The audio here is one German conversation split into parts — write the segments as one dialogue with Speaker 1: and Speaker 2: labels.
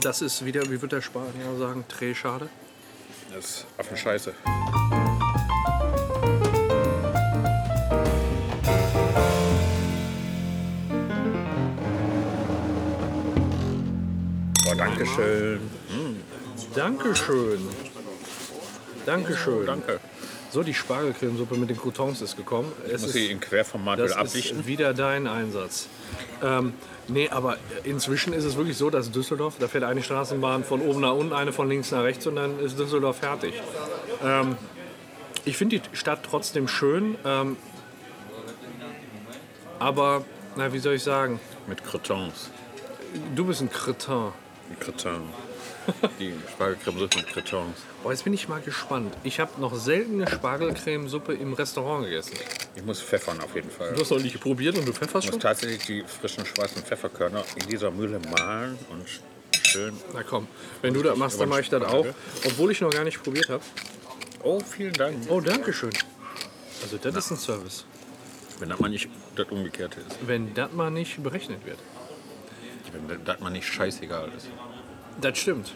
Speaker 1: Das ist wieder, wie wird der Spanier sagen, Drehschade.
Speaker 2: Das ist Affenscheiße. Oh, Dankeschön.
Speaker 1: Dankeschön. Dankeschön.
Speaker 2: Danke.
Speaker 1: So, die Spargelcremesuppe mit den Croutons ist gekommen. Es
Speaker 2: Muss
Speaker 1: ist,
Speaker 2: ich in Querformat
Speaker 1: das
Speaker 2: wieder abdichten?
Speaker 1: ist wieder dein Einsatz. Ähm, nee, aber inzwischen ist es wirklich so, dass Düsseldorf, da fährt eine Straßenbahn von oben nach unten, eine von links nach rechts und dann ist Düsseldorf fertig. Ähm, ich finde die Stadt trotzdem schön, ähm, aber, na, wie soll ich sagen,
Speaker 2: Mit Cretons.
Speaker 1: du bist ein Kretin.
Speaker 2: Mit Cretin. Die Spargelcremesuppe mit Cretons.
Speaker 1: Boah, jetzt bin ich mal gespannt. Ich habe noch selten eine Spargelcremesuppe im Restaurant gegessen.
Speaker 2: Ich muss pfeffern auf jeden Fall.
Speaker 1: Du hast noch nicht probiert und du pfefferst
Speaker 2: Ich muss tatsächlich die frischen schwarzen Pfefferkörner in dieser Mühle mahlen und schön.
Speaker 1: Na komm, wenn du das machst, dann mache ich das auch. Obwohl ich noch gar nicht probiert habe.
Speaker 2: Oh, vielen Dank.
Speaker 1: Oh, danke schön. Also das ist ein Service,
Speaker 2: Wenn das mal nicht das Umgekehrte ist.
Speaker 1: wenn das mal nicht berechnet wird.
Speaker 2: Wenn das mal nicht scheißegal ist.
Speaker 1: Das stimmt.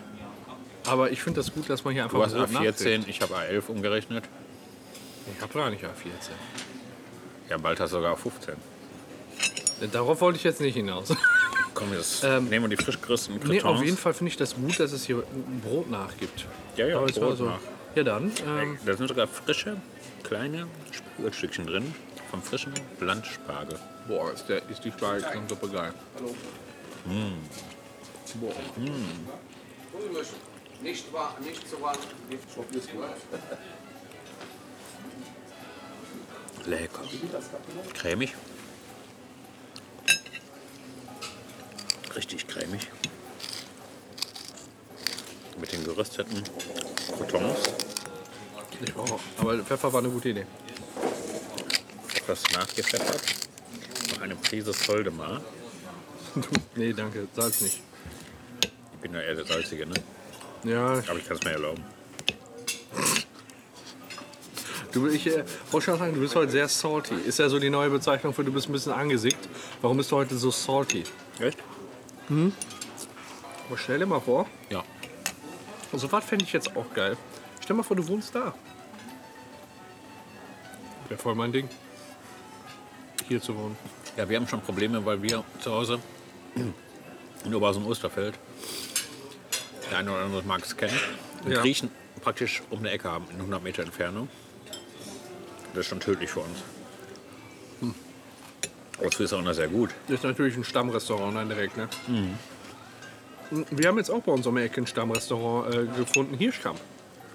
Speaker 1: Aber ich finde das gut, dass man hier einfach
Speaker 2: Du hast
Speaker 1: grob nachdenkt.
Speaker 2: A14, ich habe A11 umgerechnet.
Speaker 1: Ich habe gar nicht A14.
Speaker 2: Ja, bald hast du sogar A15.
Speaker 1: Darauf wollte ich jetzt nicht hinaus.
Speaker 2: Komm, jetzt nehmen wir die frisch gerissenen
Speaker 1: Ähm, nee,
Speaker 2: Cretons.
Speaker 1: auf jeden Fall finde ich das gut, dass es hier ein Brot nachgibt.
Speaker 2: Ja, ja,
Speaker 1: Aber es war
Speaker 2: Brot
Speaker 1: so.
Speaker 2: nach.
Speaker 1: Ja dann, ähm,
Speaker 2: Da sind sogar frische, kleine Spargelstückchen drin. Vom frischen Blandspargel.
Speaker 1: Boah, ist, der, ist die Spargelcremesuppe geil. Boah.
Speaker 3: Nicht wahr, nicht zu wahr, nicht zu wahr.
Speaker 2: Lecker. Cremig. Richtig cremig. Mit den gerösteten Croutons.
Speaker 1: Ich brauche. Aber Pfeffer war eine gute Idee.
Speaker 2: Etwas nachgepfeffert. Noch eine Prise Soldemar.
Speaker 1: nee, danke, Salz nicht.
Speaker 2: Ich bin ja eher der Salzige, ne?
Speaker 1: Ja,
Speaker 2: Aber ich kann es mir erlauben.
Speaker 1: du, ich äh, wollte schon sagen, du bist heute sehr salty. Ist ja so die neue Bezeichnung für du bist ein bisschen angesickt. Warum bist du heute so salty?
Speaker 2: Echt?
Speaker 1: Aber stell dir mal vor,
Speaker 2: Ja.
Speaker 1: so was fände ich jetzt auch geil. Stell mal vor, du wohnst da. Wäre voll mein Ding. Hier zu wohnen.
Speaker 2: Ja, wir haben schon Probleme, weil wir zu Hause in Oberhausen Osterfeld, der eine oder andere mag es kennen, einen
Speaker 1: Ja.
Speaker 2: Griechen praktisch um eine Ecke haben, in 100 Meter Entfernung. Das ist schon tödlich für uns. Aber es ist auch noch sehr gut.
Speaker 1: Das ist natürlich ein Stammrestaurant dann direkt, ne? Wir haben jetzt auch bei uns um die Ecke ein Stammrestaurant äh, gefunden, Hirschkamp.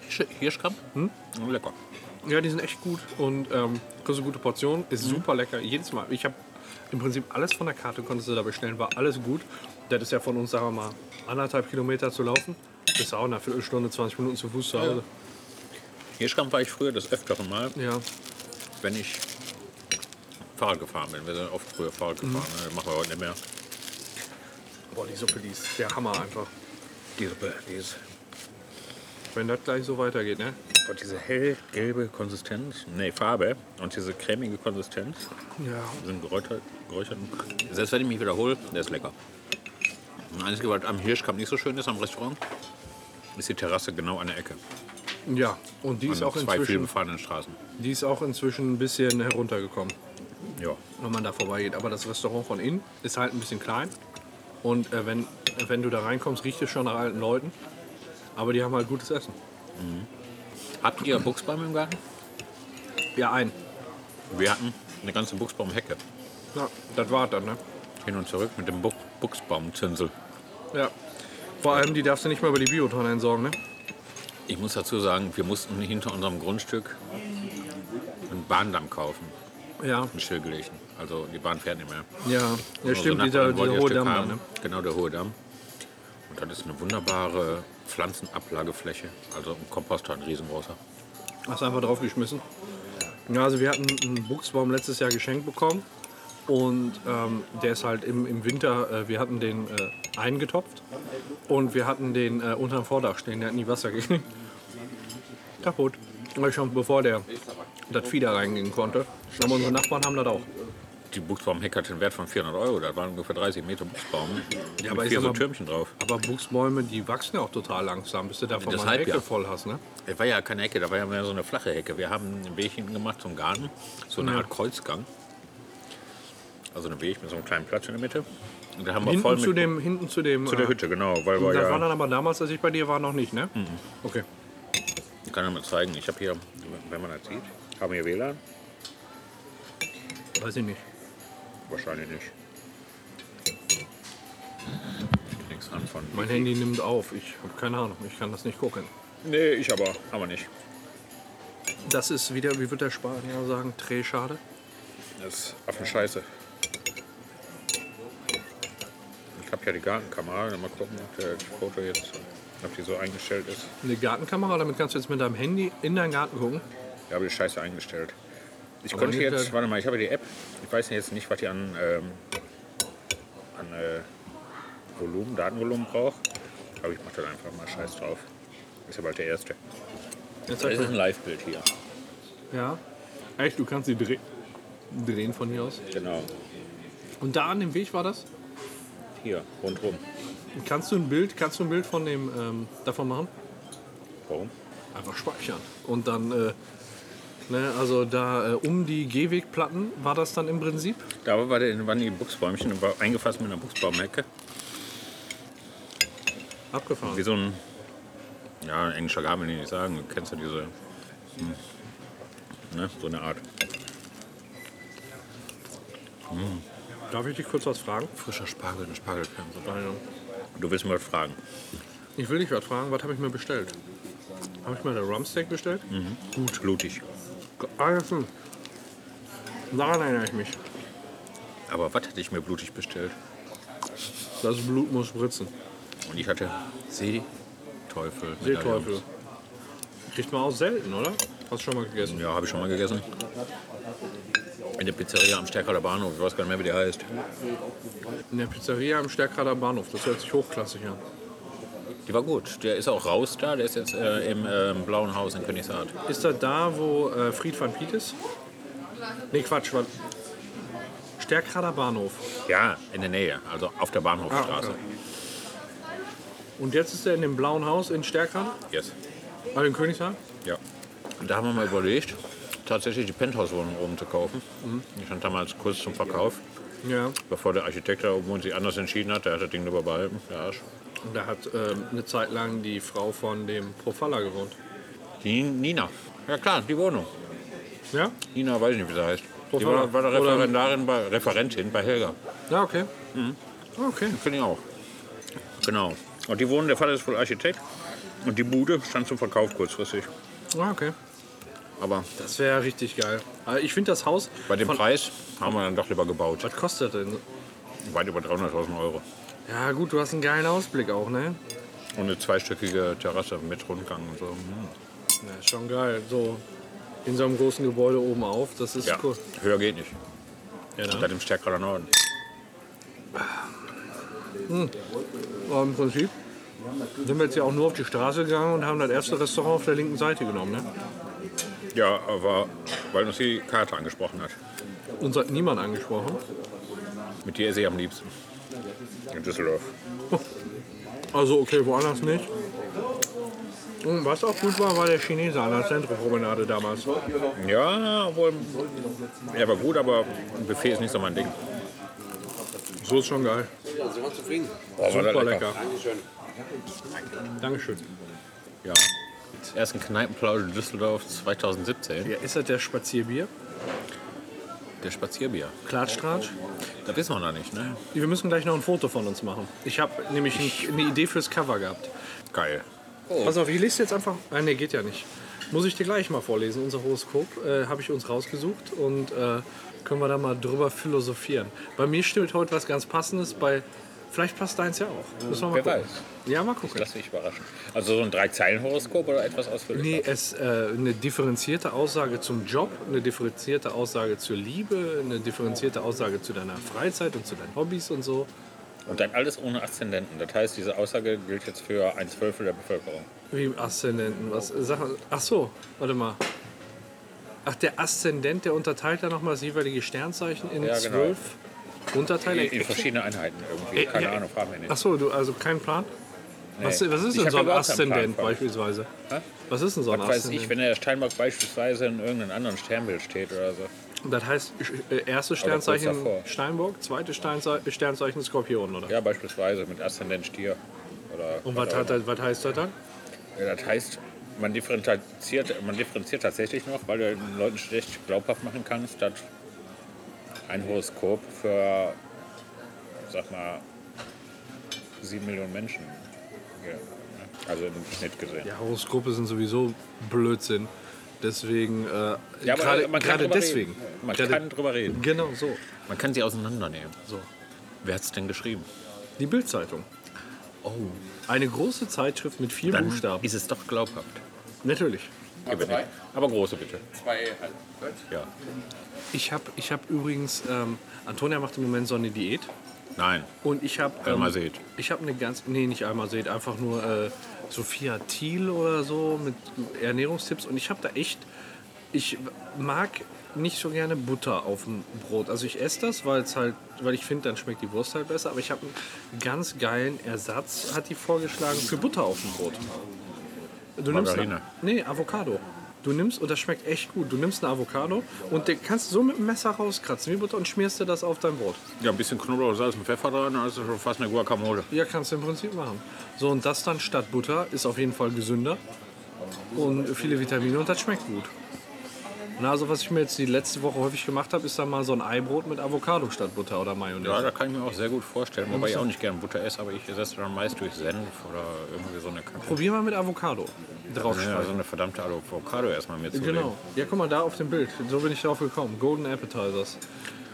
Speaker 2: Hirsch- Hirschkamp? Hm? Lecker.
Speaker 1: Ja, die sind echt gut und ähm, kriegst du gute Portionen, ist super lecker. Jedes Mal. Ich habe im Prinzip alles von der Karte konntest du da bestellen, war alles gut. Das ist ja von uns, sagen wir mal, anderthalb Kilometer zu laufen. Das ist auch eine Viertelstunde, 20 Minuten zu Fuß zu Hause.
Speaker 2: Hirschkamp war ich früher des Öfteren mal,
Speaker 1: Ja.
Speaker 2: wenn ich Fahrrad gefahren bin. Wir sind oft früher Fahrrad gefahren, ne? das machen wir heute nicht mehr.
Speaker 1: Boah, die Suppe, die ist der Hammer einfach.
Speaker 2: Diese, diese,
Speaker 1: Wenn das gleich so weitergeht, ne?
Speaker 2: Und diese hellgelbe Konsistenz, nee, Farbe und diese cremige Konsistenz,
Speaker 1: Ja.
Speaker 2: diesen geräuchert- geräucherten. Selbst wenn ich mich wiederhole, der ist lecker. Und eines was am Hirschkamp nicht so schön ist, am Restaurant, ist die Terrasse genau an der Ecke.
Speaker 1: Ja, und die ist,
Speaker 2: an
Speaker 1: auch
Speaker 2: zwei
Speaker 1: inzwischen,
Speaker 2: vielbefahrenen Straßen.
Speaker 1: die ist auch inzwischen ein bisschen heruntergekommen.
Speaker 2: Ja.
Speaker 1: wenn man da vorbeigeht. Aber das Restaurant von innen ist halt ein bisschen klein. Und äh, wenn, wenn du da reinkommst, riecht es schon nach alten Leuten. Aber die haben halt gutes Essen.
Speaker 2: Habt ihr Buchsbaum im Garten?
Speaker 1: Ja, ein.
Speaker 2: Wir hatten eine ganze Buchsbaumhecke.
Speaker 1: Ja, das war dann, ne?
Speaker 2: Hin und zurück mit dem Bu Buchsbaumzünsel.
Speaker 1: Ja. Vor allem, die darfst du nicht mal über die Biotonne entsorgen, ne?
Speaker 2: Ich muss dazu sagen, wir mussten hinter unserem Grundstück einen Bahndamm kaufen,
Speaker 1: Ja,
Speaker 2: einen stillgelegten. Also die Bahn fährt nicht mehr.
Speaker 1: ja. Ja,
Speaker 2: Also
Speaker 1: stimmt,
Speaker 2: nach
Speaker 1: dieser,
Speaker 2: unten wollt
Speaker 1: dieser
Speaker 2: ihr
Speaker 1: hohe
Speaker 2: Stück
Speaker 1: Damm da,
Speaker 2: haben.
Speaker 1: ne?
Speaker 2: Genau, der hohe Damm. Und das ist eine wunderbare Pflanzenablagefläche. Also ein Komposter, ein riesengroßer.
Speaker 1: Hast du einfach draufgeschmissen. Ja, also wir hatten einen Buchsbaum letztes Jahr geschenkt bekommen. Und ähm, der ist halt im, im Winter, äh, wir hatten den äh, eingetopft und wir hatten den äh, unter dem Vordach stehen, der hat nie Wasser gekriegt. Kaputt. Aber schon bevor der das Vieh da reingehen konnte. Aber unsere Nachbarn haben das auch.
Speaker 2: die Buchsbaumhecke hat den Wert von 400 Euro. Das waren ungefähr 30 Meter Buchsbaum. Ja,
Speaker 1: aber ich
Speaker 2: mit
Speaker 1: sag
Speaker 2: vier so
Speaker 1: mal-
Speaker 2: Türmchen drauf.
Speaker 1: Aber Buchsbäume, die wachsen ja auch total langsam, bis du davon mal
Speaker 2: Deshalb
Speaker 1: eine Ecke
Speaker 2: ja.
Speaker 1: voll hast. Ne?
Speaker 2: Das war ja keine Hecke, da war ja mehr so eine flache Hecke. Wir haben einen Weg hinten gemacht zum Garten, so eine Art Kreuzgang. Also einen Weg mit so einem kleinen Platz in der Mitte. Und da haben wir voll
Speaker 1: Hinten
Speaker 2: mit
Speaker 1: zu dem, hinten zu dem.
Speaker 2: zu
Speaker 1: äh,
Speaker 2: der Hütte, genau. Weil wir
Speaker 1: Das war
Speaker 2: ja, Mhm.
Speaker 1: dann aber damals, als ich bei dir war, noch nicht, ne? Okay.
Speaker 2: ich kann ja mal zeigen, ich habe hier, wenn man das sieht, haben wir WLAN?
Speaker 1: Weiß ich nicht.
Speaker 2: Wahrscheinlich nicht. Steht nichts an von.
Speaker 1: Mein Handy nimmt auf. Ich habe keine Ahnung. Ich kann das nicht gucken.
Speaker 2: Nee, ich aber, aber nicht.
Speaker 1: Das ist wieder, wie wird der Spanier sagen, Drehschade.
Speaker 2: Das ist Affenscheiße. Ich habe ja die Gartenkamera, mal gucken, ob das Foto jetzt, ob die so eingestellt ist.
Speaker 1: Eine Gartenkamera, damit kannst du jetzt mit deinem Handy in deinen Garten gucken.
Speaker 2: Ich habe die Scheiße eingestellt. Ich
Speaker 1: Aber
Speaker 2: konnte
Speaker 1: nicht
Speaker 2: jetzt,
Speaker 1: der-
Speaker 2: warte mal, ich habe die App. Ich weiß jetzt nicht, was die an, ähm, an äh, Volumen, Datenvolumen braucht. Aber ich mache das einfach mal Scheiß drauf. Ist ja bald der erste.
Speaker 1: Jetzt
Speaker 2: Das
Speaker 1: sag
Speaker 2: ist
Speaker 1: mal.
Speaker 2: ein Live-Bild hier.
Speaker 1: Ja. Echt, du kannst sie dreh drehen von hier aus.
Speaker 2: Genau.
Speaker 1: Und da an dem Weg war das?
Speaker 2: Hier, rundrum.
Speaker 1: Kannst du ein Bild, kannst du ein Bild von dem, ähm, davon machen?
Speaker 2: Warum?
Speaker 1: Einfach speichern. Und dann, äh, ne, also da äh, um die Gehwegplatten war das dann im Prinzip.
Speaker 2: Da war der, waren die Buchsbäumchen und war eingefasst mit einer Buchsbaumhecke.
Speaker 1: Abgefahren.
Speaker 2: Wie so ein, ja, ein englischer Garten will ich nicht sagen. Du kennst ja diese, hm, ne, so eine Art.
Speaker 1: Darf ich dich kurz was fragen?
Speaker 2: Frischer Spargel in Spargelkern.
Speaker 1: Nein.
Speaker 2: Du willst mir was fragen.
Speaker 1: Ich will dich was fragen, was habe ich mir bestellt? Habe ich mir der Rumsteak bestellt?
Speaker 2: Gut. Blutig.
Speaker 1: Ah, ja, hm. Daran erinnere ich mich.
Speaker 2: Aber was hatte ich mir blutig bestellt?
Speaker 1: Das Blut muss spritzen.
Speaker 2: Und ich hatte Seeteufel.
Speaker 1: Seeteufel. Kriegt man auch selten, oder? Hast du schon mal gegessen?
Speaker 2: Ja, habe ich schon mal gegessen. In der Pizzeria am Stärkerer Bahnhof. Ich weiß gar nicht mehr, wie die heißt.
Speaker 1: In der Pizzeria im Stärkrader Bahnhof. Das hört sich hochklassig an.
Speaker 2: Die war gut. Der ist auch raus da. Der ist jetzt äh, im ähm, Blauen Haus in Königshardt.
Speaker 1: Ist das da, wo äh, Fried van Piet ist? Nee, Quatsch. Was? Stärkrader Bahnhof.
Speaker 2: Ja, in der Nähe. Also auf der Bahnhofstraße.
Speaker 1: Ah, Und jetzt ist er in dem blauen Haus in Stärkrader?
Speaker 2: Yes.
Speaker 1: Ah, in Königshain?
Speaker 2: Ja. Und da haben wir mal überlegt, tatsächlich die Penthouse-Wohnung oben zu kaufen.
Speaker 1: Mhm.
Speaker 2: Die stand damals kurz zum Verkauf,
Speaker 1: Ja.
Speaker 2: bevor der Architekt da oben sich anders entschieden hat. Der hat das Ding nur behalten, der Arsch.
Speaker 1: Und da hat ähm, eine Zeit lang die Frau von dem Profaller gewohnt.
Speaker 2: Die Nina. Ja klar, die Wohnung.
Speaker 1: Ja?
Speaker 2: Nina, weiß ich nicht, wie sie heißt. Die
Speaker 1: Professor.
Speaker 2: war, war da
Speaker 1: Oder-
Speaker 2: Referendarin bei, Referentin bei Helga.
Speaker 1: Ja, okay. Mhm. Okay.
Speaker 2: Finde ich auch. Genau. Und die Wohnung, der Vater ist wohl Architekt. Und die Bude stand zum Verkauf kurzfristig.
Speaker 1: Ah, okay.
Speaker 2: Aber
Speaker 1: Das wäre richtig geil. Aber ich finde das Haus.
Speaker 2: bei dem
Speaker 1: von-
Speaker 2: Preis haben wir dann doch lieber gebaut.
Speaker 1: Was kostet das denn?
Speaker 2: Weit über 300.000 Euro.
Speaker 1: Ja, gut, du hast einen geilen Ausblick auch, ne?
Speaker 2: Und eine zweistöckige Terrasse mit Rundgang und so. Hm.
Speaker 1: Ja, ist schon geil. So in so einem großen Gebäude oben auf, das ist
Speaker 2: Ja,
Speaker 1: cool.
Speaker 2: höher geht nicht.
Speaker 1: Ja, ne?
Speaker 2: Bei dem stärkeren Norden.
Speaker 1: Aber im Prinzip sind wir jetzt ja auch nur auf die Straße gegangen und haben das erste Restaurant auf der linken Seite genommen, ne?
Speaker 2: Ja, aber weil uns die Karte angesprochen hat.
Speaker 1: Uns hat niemand angesprochen.
Speaker 2: Mit dir ist ich am liebsten. In Düsseldorf.
Speaker 1: Also okay, woanders nicht. Und was auch gut war, war der Chinese an der Zentropromenade damals.
Speaker 2: Ja, obwohl. Er war gut, aber ein Buffet ist nicht so mein Ding.
Speaker 1: So ist schon geil.
Speaker 3: Ja, Sie waren zufrieden.
Speaker 2: Boah, war das
Speaker 1: Super lecker.
Speaker 3: Dankeschön.
Speaker 1: Dankeschön.
Speaker 2: Ja. Zum ersten Kneipenplausch in Düsseldorf 2017.
Speaker 1: Ja, ist das der Spazierbier?
Speaker 2: Der Spazierbier.
Speaker 1: Klatschtratsch?
Speaker 2: Da wissen wir noch nicht, ne?
Speaker 1: Wir müssen gleich noch ein Foto von uns machen. Ich habe nämlich ein- eine Idee fürs Cover gehabt.
Speaker 2: Geil. Oh.
Speaker 1: Pass auf, ich lese jetzt einfach. Nein, nee, geht ja nicht. Muss ich dir gleich mal vorlesen. Unser Horoskop äh, habe ich uns rausgesucht und äh, können wir da mal drüber philosophieren. Bei mir steht heute was ganz Passendes. Bei vielleicht passt deins ja auch. Müssen wir mal
Speaker 2: Hm, Wer
Speaker 1: gucken.
Speaker 2: weiß.
Speaker 1: Ja, mal gucken.
Speaker 2: Lass dich überraschen. Also so ein Drei-Zeilen-Horoskop oder etwas ausführlicher?
Speaker 1: Nee, es äh, eine differenzierte Aussage zum Job, eine differenzierte Aussage zur Liebe, eine differenzierte Aussage zu deiner Freizeit und zu deinen Hobbys und so.
Speaker 2: Und dann alles ohne Aszendenten. Das heißt, diese Aussage gilt jetzt für ein Zwölftel der Bevölkerung.
Speaker 1: Wie im Aszendenten, was Sachen. Ach so, warte mal. Ach, der Aszendent, der unterteilt da nochmal das jeweilige Sternzeichen in
Speaker 2: Ja, genau.
Speaker 1: zwölf Unterteile.
Speaker 2: In, in verschiedene Einheiten irgendwie.
Speaker 1: Äh,
Speaker 2: Keine
Speaker 1: ja,
Speaker 2: Ahnung, fragen wir nicht.
Speaker 1: Achso, du, also kein Plan?
Speaker 2: Nee.
Speaker 1: Was, was ist
Speaker 2: Ich
Speaker 1: denn
Speaker 2: hab
Speaker 1: so ein
Speaker 2: überhaupt keinen Plan
Speaker 1: Aszendent
Speaker 2: von.
Speaker 1: beispielsweise?
Speaker 2: Hä?
Speaker 1: Was ist denn so ein
Speaker 2: Was weiß ich,
Speaker 1: Aszendent?
Speaker 2: wenn der Steinbock beispielsweise in irgendeinem anderen Sternbild steht oder so.
Speaker 1: Das heißt, äh, erstes
Speaker 2: Aber kurz
Speaker 1: Sternzeichen
Speaker 2: davor.
Speaker 1: Steinbock, zweites Sternzei- Sternzeichen Skorpion, oder?
Speaker 2: Ja, beispielsweise mit Aszendent Stier. Oder
Speaker 1: Und was, hat, das- was heißt das dann?
Speaker 2: Ja, das heißt, man differenziert, man differenziert tatsächlich noch, weil du den Leuten schlecht glaubhaft machen kannst, dass ein Horoskop für, sag mal, sieben Millionen Menschen. Ja, ne? also im Schnitt gesehen.
Speaker 1: Ja, Horoskope sind sowieso Blödsinn. Deswegen, äh,
Speaker 2: Ja, aber
Speaker 1: gerade
Speaker 2: man kann
Speaker 1: gerade
Speaker 2: drüber
Speaker 1: deswegen.
Speaker 2: reden. Man
Speaker 1: Gerade-
Speaker 2: kann drüber reden.
Speaker 1: Genau so.
Speaker 4: Man kann sie auseinandernehmen. So. Wer hat's denn geschrieben?
Speaker 1: Die Bildzeitung.
Speaker 4: Oh,
Speaker 1: Eine große Zeitschrift mit vier
Speaker 4: dann
Speaker 1: Buchstaben.
Speaker 4: ist es doch glaubhaft.
Speaker 1: Natürlich.
Speaker 3: Zwei,
Speaker 2: Aber große bitte.
Speaker 3: zwei, halt. halb.
Speaker 2: Ja.
Speaker 1: Ich habe ich hab übrigens, ähm, Antonia macht im Moment so eine Diät.
Speaker 2: Nein.
Speaker 1: Und ich habe.
Speaker 2: Einmal seht.
Speaker 1: Ich habe eine ganz. Nee, nicht einmal seht, einfach nur äh, Sophia Thiel oder so mit Ernährungstipps. Und ich habe da echt. Ich mag nicht so gerne Butter auf dem Brot. Also ich esse das, weil es halt, weil ich finde, dann schmeckt die Wurst halt besser. Aber ich habe einen ganz geilen Ersatz, hat die vorgeschlagen, für Butter auf dem Brot. Du
Speaker 2: Margarine.
Speaker 1: nimmst eine, Nee, Avocado. Du nimmst, und das schmeckt echt gut, du nimmst eine Avocado und den kannst du so mit dem Messer rauskratzen wie Butter und schmierst dir das auf dein Brot.
Speaker 2: Ja, ein bisschen Knoblauch, Salz und Pfeffer dran, dann ist das schon fast eine Guacamole.
Speaker 1: Ja, kannst du im Prinzip machen. So, und das dann statt Butter ist auf jeden Fall gesünder und viele Vitamine und das schmeckt gut. Na, also was ich mir jetzt die letzte Woche häufig gemacht habe, ist dann mal so ein Eibrot mit Avocado statt Butter oder
Speaker 2: Ja,
Speaker 1: Mayonnaise.
Speaker 2: da kann ich mir auch sehr gut vorstellen, wobei ich auch nicht gerne Butter esse, aber ich ersetze dann meist durch Senf oder irgendwie so eine Kacke.
Speaker 1: Probier mal mit Avocado
Speaker 2: Ja,
Speaker 1: draufschreiben.
Speaker 2: so eine verdammte Avocado erstmal mitzulegen.
Speaker 1: genau. Ja, guck mal, da auf dem Bild. So bin ich drauf gekommen. Golden Appetizers.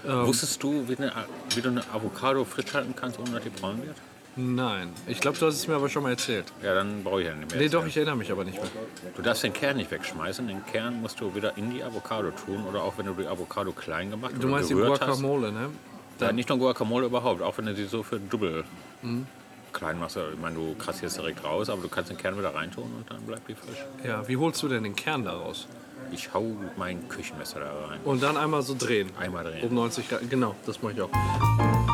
Speaker 2: Wusstest du, wie, eine, wie du eine Avocado frisch halten kannst, ohne dass die braun wird?
Speaker 1: Nein. Ich glaube, du hast es mir aber schon mal erzählt.
Speaker 2: Ja, dann brauche ich ja nicht mehr.
Speaker 1: Nee,
Speaker 2: erzählen.
Speaker 1: doch, ich erinnere mich aber nicht mehr.
Speaker 2: Du darfst den Kern nicht wegschmeißen. Den Kern musst du wieder in die Avocado tun oder auch wenn du die Avocado klein gemacht
Speaker 1: Du
Speaker 2: oder
Speaker 1: meinst die
Speaker 2: gerührt
Speaker 1: Guacamole, ne?
Speaker 2: hast. Ja, nicht nur Guacamole überhaupt, auch wenn du sie so für Double
Speaker 1: Mhm.
Speaker 2: klein machst. Also, Ich meine, du krassierst direkt raus, aber du kannst den Kern wieder reintun und dann bleibt die frisch.
Speaker 1: Ja, wie holst du denn den Kern daraus?
Speaker 2: Ich hau mein Küchenmesser da rein.
Speaker 1: Und dann einmal so drehen.
Speaker 2: Einmal drehen.
Speaker 1: Um 90 Grad, genau, das mache ich auch.